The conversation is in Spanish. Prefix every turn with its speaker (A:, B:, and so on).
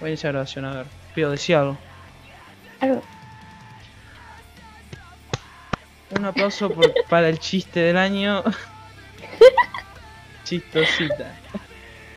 A: Voy a iniciar oración, a ver. Pido, decía algo.
B: Algo.
A: Un aplauso por- para el chiste del año. Chistosita.